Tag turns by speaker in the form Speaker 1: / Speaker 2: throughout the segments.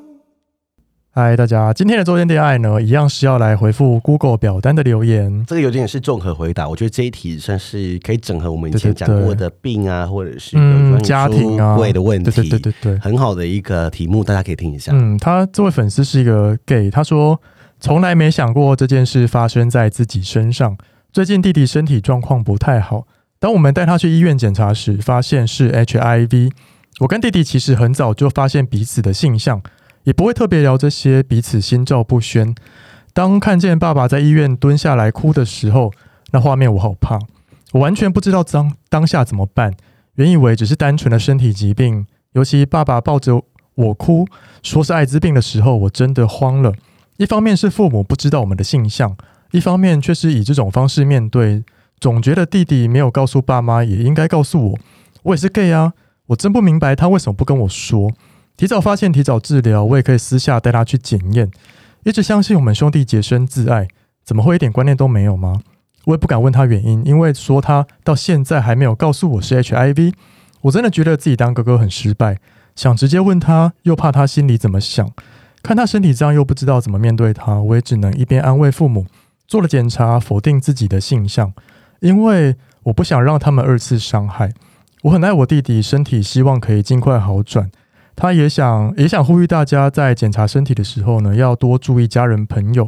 Speaker 1: 嗨，大家，今天的周间恋爱呢，一样是要来回复 Google 表单的留言。
Speaker 2: 这个有点是综合回答，我觉得这一题算是可以整合我们以前
Speaker 1: 对对
Speaker 2: 讲
Speaker 1: 对
Speaker 2: 过的病啊，或者是有
Speaker 1: 嗯
Speaker 2: 关于
Speaker 1: 家庭啊
Speaker 2: 出柜的问题，
Speaker 1: 对对对对对，
Speaker 2: 很好的一个题目，大家可以听一下。
Speaker 1: 嗯，他这位粉丝是一个 gay，他说从来没想过这件事发生在自己身上。最近弟弟身体状况不太好，当我们带他去医院检查时，发现是 HIV。我跟弟弟其实很早就发现彼此的性向，也不会特别聊这些，彼此心照不宣。当看见爸爸在医院蹲下来哭的时候，那画面我好怕，我完全不知道当当下怎么办。原以为只是单纯的身体疾病，尤其爸爸抱着我哭，说是艾滋病的时候，我真的慌了。一方面是父母不知道我们的性向，一方面却是以这种方式面对，总觉得弟弟没有告诉爸妈，也应该告诉我，我也是 gay 啊。我真不明白他为什么不跟我说。提早发现，提早治疗，我也可以私下带他去检验。一直相信我们兄弟洁身自爱，怎么会一点观念都没有吗？我也不敢问他原因，因为说他到现在还没有告诉我是 HIV，我真的觉得自己当哥哥很失败。想直接问他，又怕他心里怎么想；看他身体这样，又不知道怎么面对他，我也只能一边安慰父母，做了检查，否定自己的性向，因为我不想让他们二次伤害。我很爱我弟弟，身体希望可以尽快好转。他也想也想呼吁大家在检查身体的时候呢，要多注意家人朋友。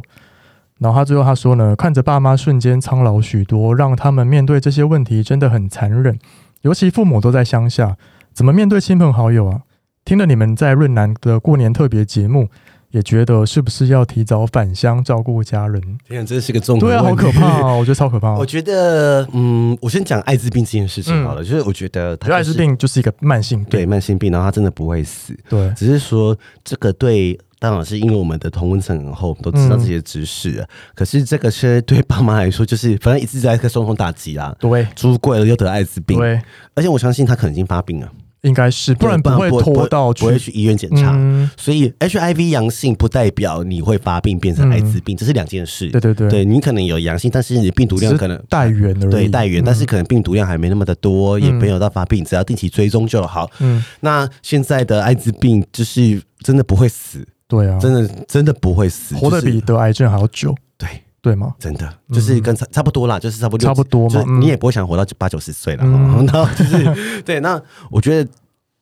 Speaker 1: 然后他最后他说呢，看着爸妈瞬间苍老许多，让他们面对这些问题真的很残忍，尤其父母都在乡下，怎么面对亲朋好友啊？听了你们在润南的过年特别节目，也觉得是不是要提早返乡照顾家人？
Speaker 2: 天啊，这是个综合
Speaker 1: 对啊， 好
Speaker 2: 问题
Speaker 1: 可怕哦！我觉得超可怕、哦。
Speaker 2: 我觉得，嗯，我先讲艾滋病这件事情好了，就是我觉得它、
Speaker 1: 嗯得艾滋，病就是一个慢性病，
Speaker 2: 对慢性病，然后它真的不会死，
Speaker 1: 对，
Speaker 2: 只是说这个对。当然是因为我们的同温层很厚，我们都知道
Speaker 1: 嗯
Speaker 2: 这些知识、啊。可是这个是对爸妈来说，就是反正一直在一个双重打击啊啦。
Speaker 1: 对，
Speaker 2: 出柜了又得艾滋病，
Speaker 1: 对，
Speaker 2: 而且我相信他可能已经发病了，
Speaker 1: 应该是，不然
Speaker 2: 对
Speaker 1: 不会拖到
Speaker 2: 不会
Speaker 1: 去
Speaker 2: 去医院检查。
Speaker 1: 嗯
Speaker 2: 所以 HIV 阳性不代表你会发病变成艾滋病，这是两件事。
Speaker 1: 嗯对对对
Speaker 2: 你可能有阳性，但是你病毒
Speaker 1: 只
Speaker 2: 量
Speaker 1: 是
Speaker 2: 可能
Speaker 1: 带源而已，
Speaker 2: 对带源，
Speaker 1: 嗯
Speaker 2: 但是可能病毒量还没那么的多，也没有到发病，只要定期追踪就好。
Speaker 1: 嗯，
Speaker 2: 那现在的艾滋病就是真的不会死，
Speaker 1: 对啊，
Speaker 2: 真的真的不会死，
Speaker 1: 活得
Speaker 2: 就是
Speaker 1: 比得癌症还要久，
Speaker 2: 对。
Speaker 1: 对吗？
Speaker 2: 真的就是跟差差不多啦，就是差不多
Speaker 1: 差不多嘛
Speaker 2: 就是
Speaker 1: 嗯
Speaker 2: 你也不会想活到八九十岁了。哦
Speaker 1: 嗯
Speaker 2: 然后就是对，那我觉得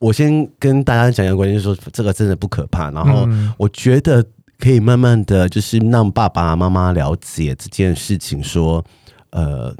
Speaker 2: 我先跟大家讲一个观念，就是说这个真的不可怕。然后
Speaker 1: 嗯
Speaker 2: 我觉得可以慢慢的就是让爸爸妈妈了解这件事情，说呃。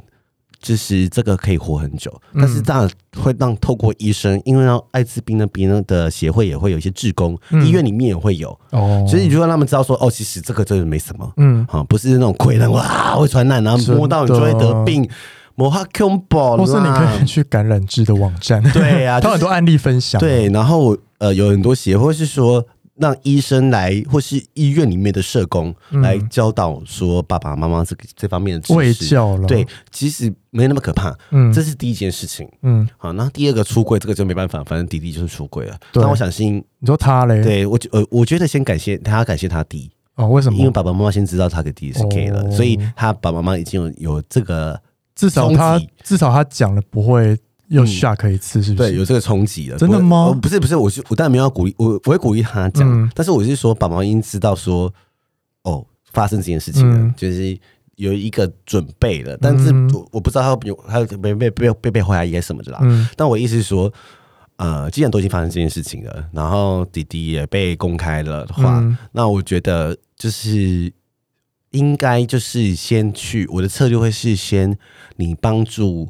Speaker 2: 就是这个可以活很久，
Speaker 1: 嗯
Speaker 2: 但是这样会让透过医生，因为让艾滋病那边的协会也会有一些志工，
Speaker 1: 嗯
Speaker 2: 医院里面也会有，
Speaker 1: 哦，
Speaker 2: 所以就让他们知道说，哦，其实这个真的没什么，
Speaker 1: 嗯，
Speaker 2: 啊，不是那种鬼人哇会传染，然后摸到你就会得病，摩哈 combo
Speaker 1: 或是你可以
Speaker 2: 啦。
Speaker 1: 去感染制的网站，
Speaker 2: 对 啊
Speaker 1: 它有很多案例分享，，
Speaker 2: 对，然后呃，有很多协会是说让医生来，或是医院里面的社工
Speaker 1: 嗯
Speaker 2: 来教导说爸爸妈妈这个这方面的知识
Speaker 1: 卫教了，
Speaker 2: 对，，其实没那么可怕，
Speaker 1: 嗯，
Speaker 2: 这是第一件事情。
Speaker 1: 嗯，
Speaker 2: 好，那第二个出柜这个就没办法，反正弟弟就是出柜了。
Speaker 1: 对
Speaker 2: 那我想信，
Speaker 1: 你说他嘞，，
Speaker 2: 对我觉呃，我觉得先感谢他，感谢他弟，
Speaker 1: 哦，为什么？
Speaker 2: 因为爸爸妈妈先知道他的弟弟是 gay 了，
Speaker 1: 哦
Speaker 2: 所以他爸爸妈妈已经有有这个
Speaker 1: 至少他
Speaker 2: 冲击
Speaker 1: 至少他讲了不会又
Speaker 2: 嗯
Speaker 1: shock 一次，是不是？
Speaker 2: 对，有这个冲击了。
Speaker 1: 真的
Speaker 2: 不会
Speaker 1: 吗
Speaker 2: 呃不是不是，我是我当然没有要鼓励，我我会鼓励他讲，
Speaker 1: 嗯
Speaker 2: 但是我是说，爸爸已经知道说，哦，发生这件事情了，
Speaker 1: 嗯
Speaker 2: 就是有一个准备了，但是
Speaker 1: 嗯
Speaker 2: 我我不知道他有他有被被被被被怀疑还是什么的啦。
Speaker 1: 嗯
Speaker 2: 但我意思是说。呃，既然都已经发生这件事情了，然后弟弟也被公开了的话，
Speaker 1: 嗯
Speaker 2: 那我觉得就是应该就是先去，我的策略会是先你帮助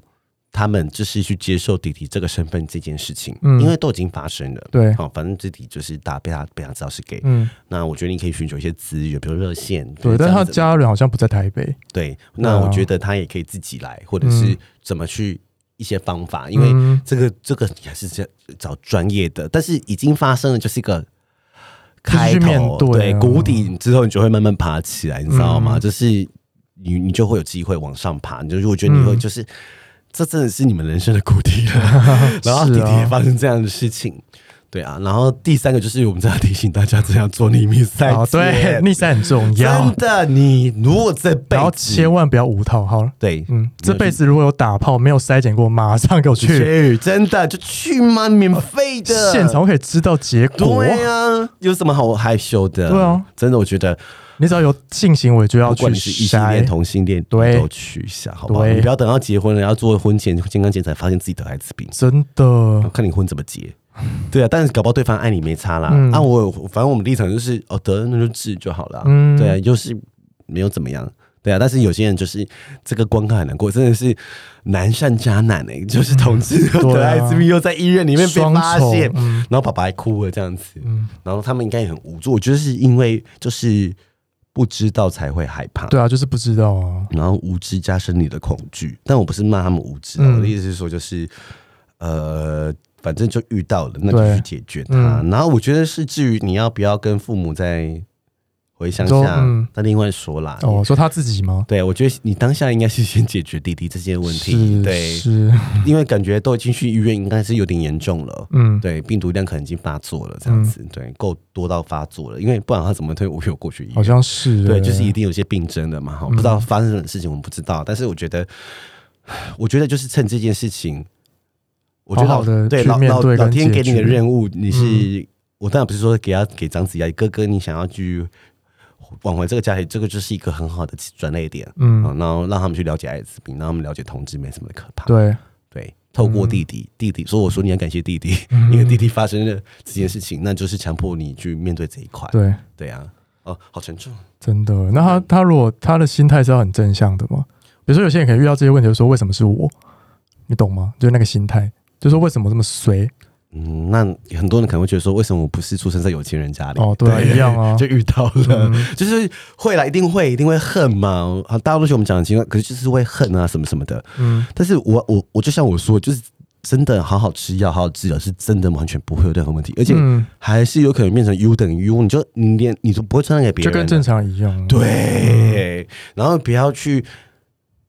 Speaker 2: 他们，就是去接受弟弟这个身份这件事情，
Speaker 1: 嗯
Speaker 2: 因为都已经发生了。
Speaker 1: 对
Speaker 2: 好、反正弟弟就是大被他被他知道是 gay，、
Speaker 1: 嗯，
Speaker 2: 那我觉得你可以寻求一些资源，比如热线，比
Speaker 1: 对，
Speaker 2: 哎如这
Speaker 1: 但是
Speaker 2: 样
Speaker 1: 他
Speaker 2: 子
Speaker 1: 家人好像不在台北，
Speaker 2: 对，
Speaker 1: 对
Speaker 2: 那
Speaker 1: 啊
Speaker 2: 我觉得他也可以自己来，或者是
Speaker 1: 嗯
Speaker 2: 怎么去一些方法，因为
Speaker 1: 嗯
Speaker 2: 这个这个你还是找找专业的，但是已经发生了，就是一个
Speaker 1: 就是
Speaker 2: 开
Speaker 1: 去面
Speaker 2: 头，
Speaker 1: 对啊
Speaker 2: 谷底之后，你就会慢慢爬起来，你知道吗？
Speaker 1: 嗯
Speaker 2: 就是你你就会有机会往上爬，你就我觉得你会
Speaker 1: 嗯
Speaker 2: 就是。这真的是你们人生的苦题 了。然
Speaker 1: 啊
Speaker 2: 后弟弟也发生这样的事情，对啊。然后第三个就是我们真的要提醒大家，这样做逆密赛
Speaker 1: 哦，对，
Speaker 2: 检
Speaker 1: 逆赛很重要
Speaker 2: 真，的，你如果这辈
Speaker 1: 然后
Speaker 2: 子
Speaker 1: 千万不要五套，好了，
Speaker 2: 对，
Speaker 1: 嗯，这辈子如果有打炮没有筛检过，马上给我去
Speaker 2: 去真的就去吗？免费的，
Speaker 1: 现场，可以知道结果。
Speaker 2: 对啊，有什么好害羞的？
Speaker 1: 对啊，
Speaker 2: 真的，我觉得
Speaker 1: 你只要有性行为就要
Speaker 2: 不
Speaker 1: 去
Speaker 2: 管你是异性恋、
Speaker 1: 筛，
Speaker 2: 同性恋，
Speaker 1: 对
Speaker 2: 你都去一下，好不好？
Speaker 1: 对
Speaker 2: 你不要等到结婚了，要做婚前健康检查，发现自己得艾滋病，
Speaker 1: 真的，
Speaker 2: 看你婚怎么结。 对啊，但是搞不好对方爱你没差啦。
Speaker 1: 嗯
Speaker 2: 啊，我反正我们立场就是，哦，得那就治就好了啊。
Speaker 1: 嗯
Speaker 2: 对啊，又是没有怎么样。对啊，但是有些人就是这个观看很难过，真的是男善渣男哎、就是同 志
Speaker 1: 嗯对
Speaker 2: 得
Speaker 1: 啊
Speaker 2: 艾滋病又在医院里面被
Speaker 1: 双
Speaker 2: 发
Speaker 1: 重
Speaker 2: 现，
Speaker 1: 嗯
Speaker 2: 然后爸爸还哭了这样子，
Speaker 1: 嗯，
Speaker 2: 然后他们应该也很无助，我觉得是因为就是不知道才会害怕，
Speaker 1: 对啊，就是不知道啊，
Speaker 2: 然后无知加深你的恐惧。但我不是骂他们无知啊、
Speaker 1: 嗯
Speaker 2: 我的意思是说，就是呃，反正就遇到了，那就
Speaker 1: 对嗯
Speaker 2: 去解决它。然后我觉得是至于你要不要跟父母再回乡
Speaker 1: 都
Speaker 2: 下，
Speaker 1: 嗯
Speaker 2: 那另外说啦。
Speaker 1: 哦，说他自己吗？
Speaker 2: 对，我觉得你当下应该是先解决弟弟这些问题，
Speaker 1: 是
Speaker 2: 对，
Speaker 1: 是，
Speaker 2: 因为感觉都已经去医院，应该是有点严重了。
Speaker 1: 嗯，
Speaker 2: 对，病毒量可能已经发作了，这样子，对，够多到发作了，因为不然他怎么推我有过去医院？
Speaker 1: 好像是，欸
Speaker 2: 对，就是一定有些病症的
Speaker 1: 嗯
Speaker 2: 嘛，哈，哦不知道发生什么事情，我们不知道。但是我觉得，我觉得就是趁这件事情，我觉得
Speaker 1: 好好
Speaker 2: 老
Speaker 1: 地
Speaker 2: 对
Speaker 1: 去
Speaker 2: 老
Speaker 1: 面
Speaker 2: 老
Speaker 1: 对
Speaker 2: 老
Speaker 1: 跟
Speaker 2: 天
Speaker 1: 解
Speaker 2: 给你的
Speaker 1: 决嗯
Speaker 2: 任务，你是、我当然不是说给他给长子压力，哥哥你想要去挽回这个家庭，这个就是一个很好的转捩点，
Speaker 1: 嗯，
Speaker 2: 嗯，然后让他们去了解艾滋病，让他们了解同志没什么的可怕，
Speaker 1: 对，嗯
Speaker 2: 对。透过弟弟，弟弟，所以我说你要感谢弟弟，因为弟弟发生了这件事情，那就是强迫你去面对这一块。
Speaker 1: 对，
Speaker 2: 对啊，哦，好沉重。
Speaker 1: 真的。那他他如果他的心态是要很正向的嘛？比如说有些人可能遇到这些问题，就说为什么是我？你懂吗？就是那个心态，就说为什么这么随？
Speaker 2: 嗯，那很多人可能会觉得说，为什么我不是出生在有钱人家里？
Speaker 1: 哦对啊一样啊
Speaker 2: 就遇到了， 就是会啦，一定会，一定会恨嘛。啊，大多数我们讲的情况，可是就是会恨啊，什么什么的。
Speaker 1: 嗯，
Speaker 2: 但是我我我就像我说，就是真的好好吃药，好好治疗，是真的完全不会有任何问题，而且
Speaker 1: 嗯
Speaker 2: 还是有可能变成 U 等于 U，你就你连你都不会传染给别
Speaker 1: 就
Speaker 2: 人，
Speaker 1: 跟正常一样。，啊
Speaker 2: 对，然后不要去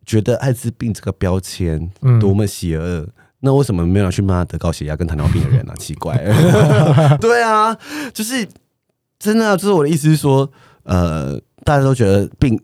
Speaker 2: 觉得艾滋病这个标签
Speaker 1: 嗯
Speaker 2: 多么邪恶。那为什么没有人去骂得高血压跟糖尿病的人呢、啊？奇怪， 对啊，就是真的啊、就是我的意思是说，呃，大家都觉得病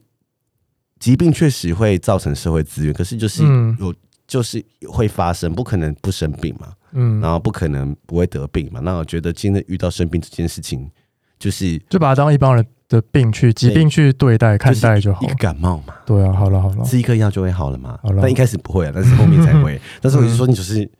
Speaker 2: 疾病确实会造成社会资源，可是就是
Speaker 1: 嗯
Speaker 2: 有、就是会发生，不可能不生病嘛。
Speaker 1: 嗯，
Speaker 2: 然后不可能不会得病嘛。那我觉得今天遇到生病这件事情，就是
Speaker 1: 就把它当一般人的病去疾病去对待看待就好
Speaker 2: 一个
Speaker 1: 了。
Speaker 2: 感冒嘛，
Speaker 1: 对啊，好了好了，
Speaker 2: 吃一颗药就会好了嘛
Speaker 1: 好了。嗯
Speaker 2: 但一开始不会啊，但是后面才会。但是我就说，你就是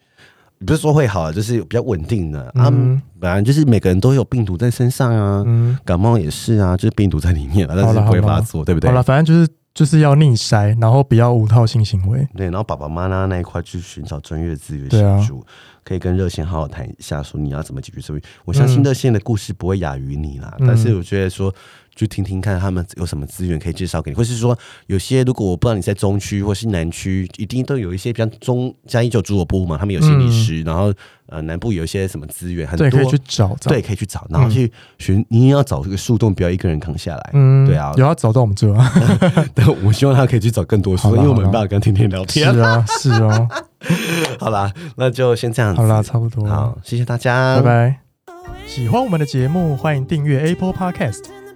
Speaker 2: 不是说会好啊，就是比较稳定的啊
Speaker 1: 嗯。
Speaker 2: 本来就是每个人都有病毒在身上啊，
Speaker 1: 嗯，
Speaker 2: 感冒也是啊，就是病毒在里面了，但
Speaker 1: 好
Speaker 2: 是
Speaker 1: 了
Speaker 2: 不会
Speaker 1: 好了
Speaker 2: 发作，对不对
Speaker 1: 好？了，反正就是就是要逆筛，然后不要无套性行为。
Speaker 2: 对，然后爸爸妈妈那一块去寻找专业的资源
Speaker 1: 对啊
Speaker 2: 协助，可以跟热线好好谈一下，说你要怎么解决这个。我相信
Speaker 1: 嗯
Speaker 2: 热线的故事不会亚于你啦，
Speaker 1: 嗯
Speaker 2: 但是我觉得说，就听听看他们有什么资源可以介绍给你，或是说有些如果我不知道你在中区或是南区，一定都有一些，比方中嘉义就有主我部嘛，他们有心理师，然后呃南部有一些什么资源，很多
Speaker 1: 嗯对，可以去找找。
Speaker 2: 对，可以去找，然后
Speaker 1: 嗯
Speaker 2: 去寻，你也要找这个树洞，不要一个人扛下来。
Speaker 1: 嗯，
Speaker 2: 对啊
Speaker 1: 有要找到我们这啊？
Speaker 2: 但我希望他可以去找更多树
Speaker 1: 好
Speaker 2: 洞，
Speaker 1: 啦
Speaker 2: 因为我
Speaker 1: 好
Speaker 2: 们
Speaker 1: 啦
Speaker 2: 没办法跟他天天聊
Speaker 1: 是
Speaker 2: 天。
Speaker 1: 啊，是 啊，
Speaker 2: 好啦，那就先这样子。
Speaker 1: 好啦，差不多，啊
Speaker 2: 好，谢谢大家，
Speaker 1: 拜。拜。喜欢我们的节目，欢迎订阅 Apple Podcast，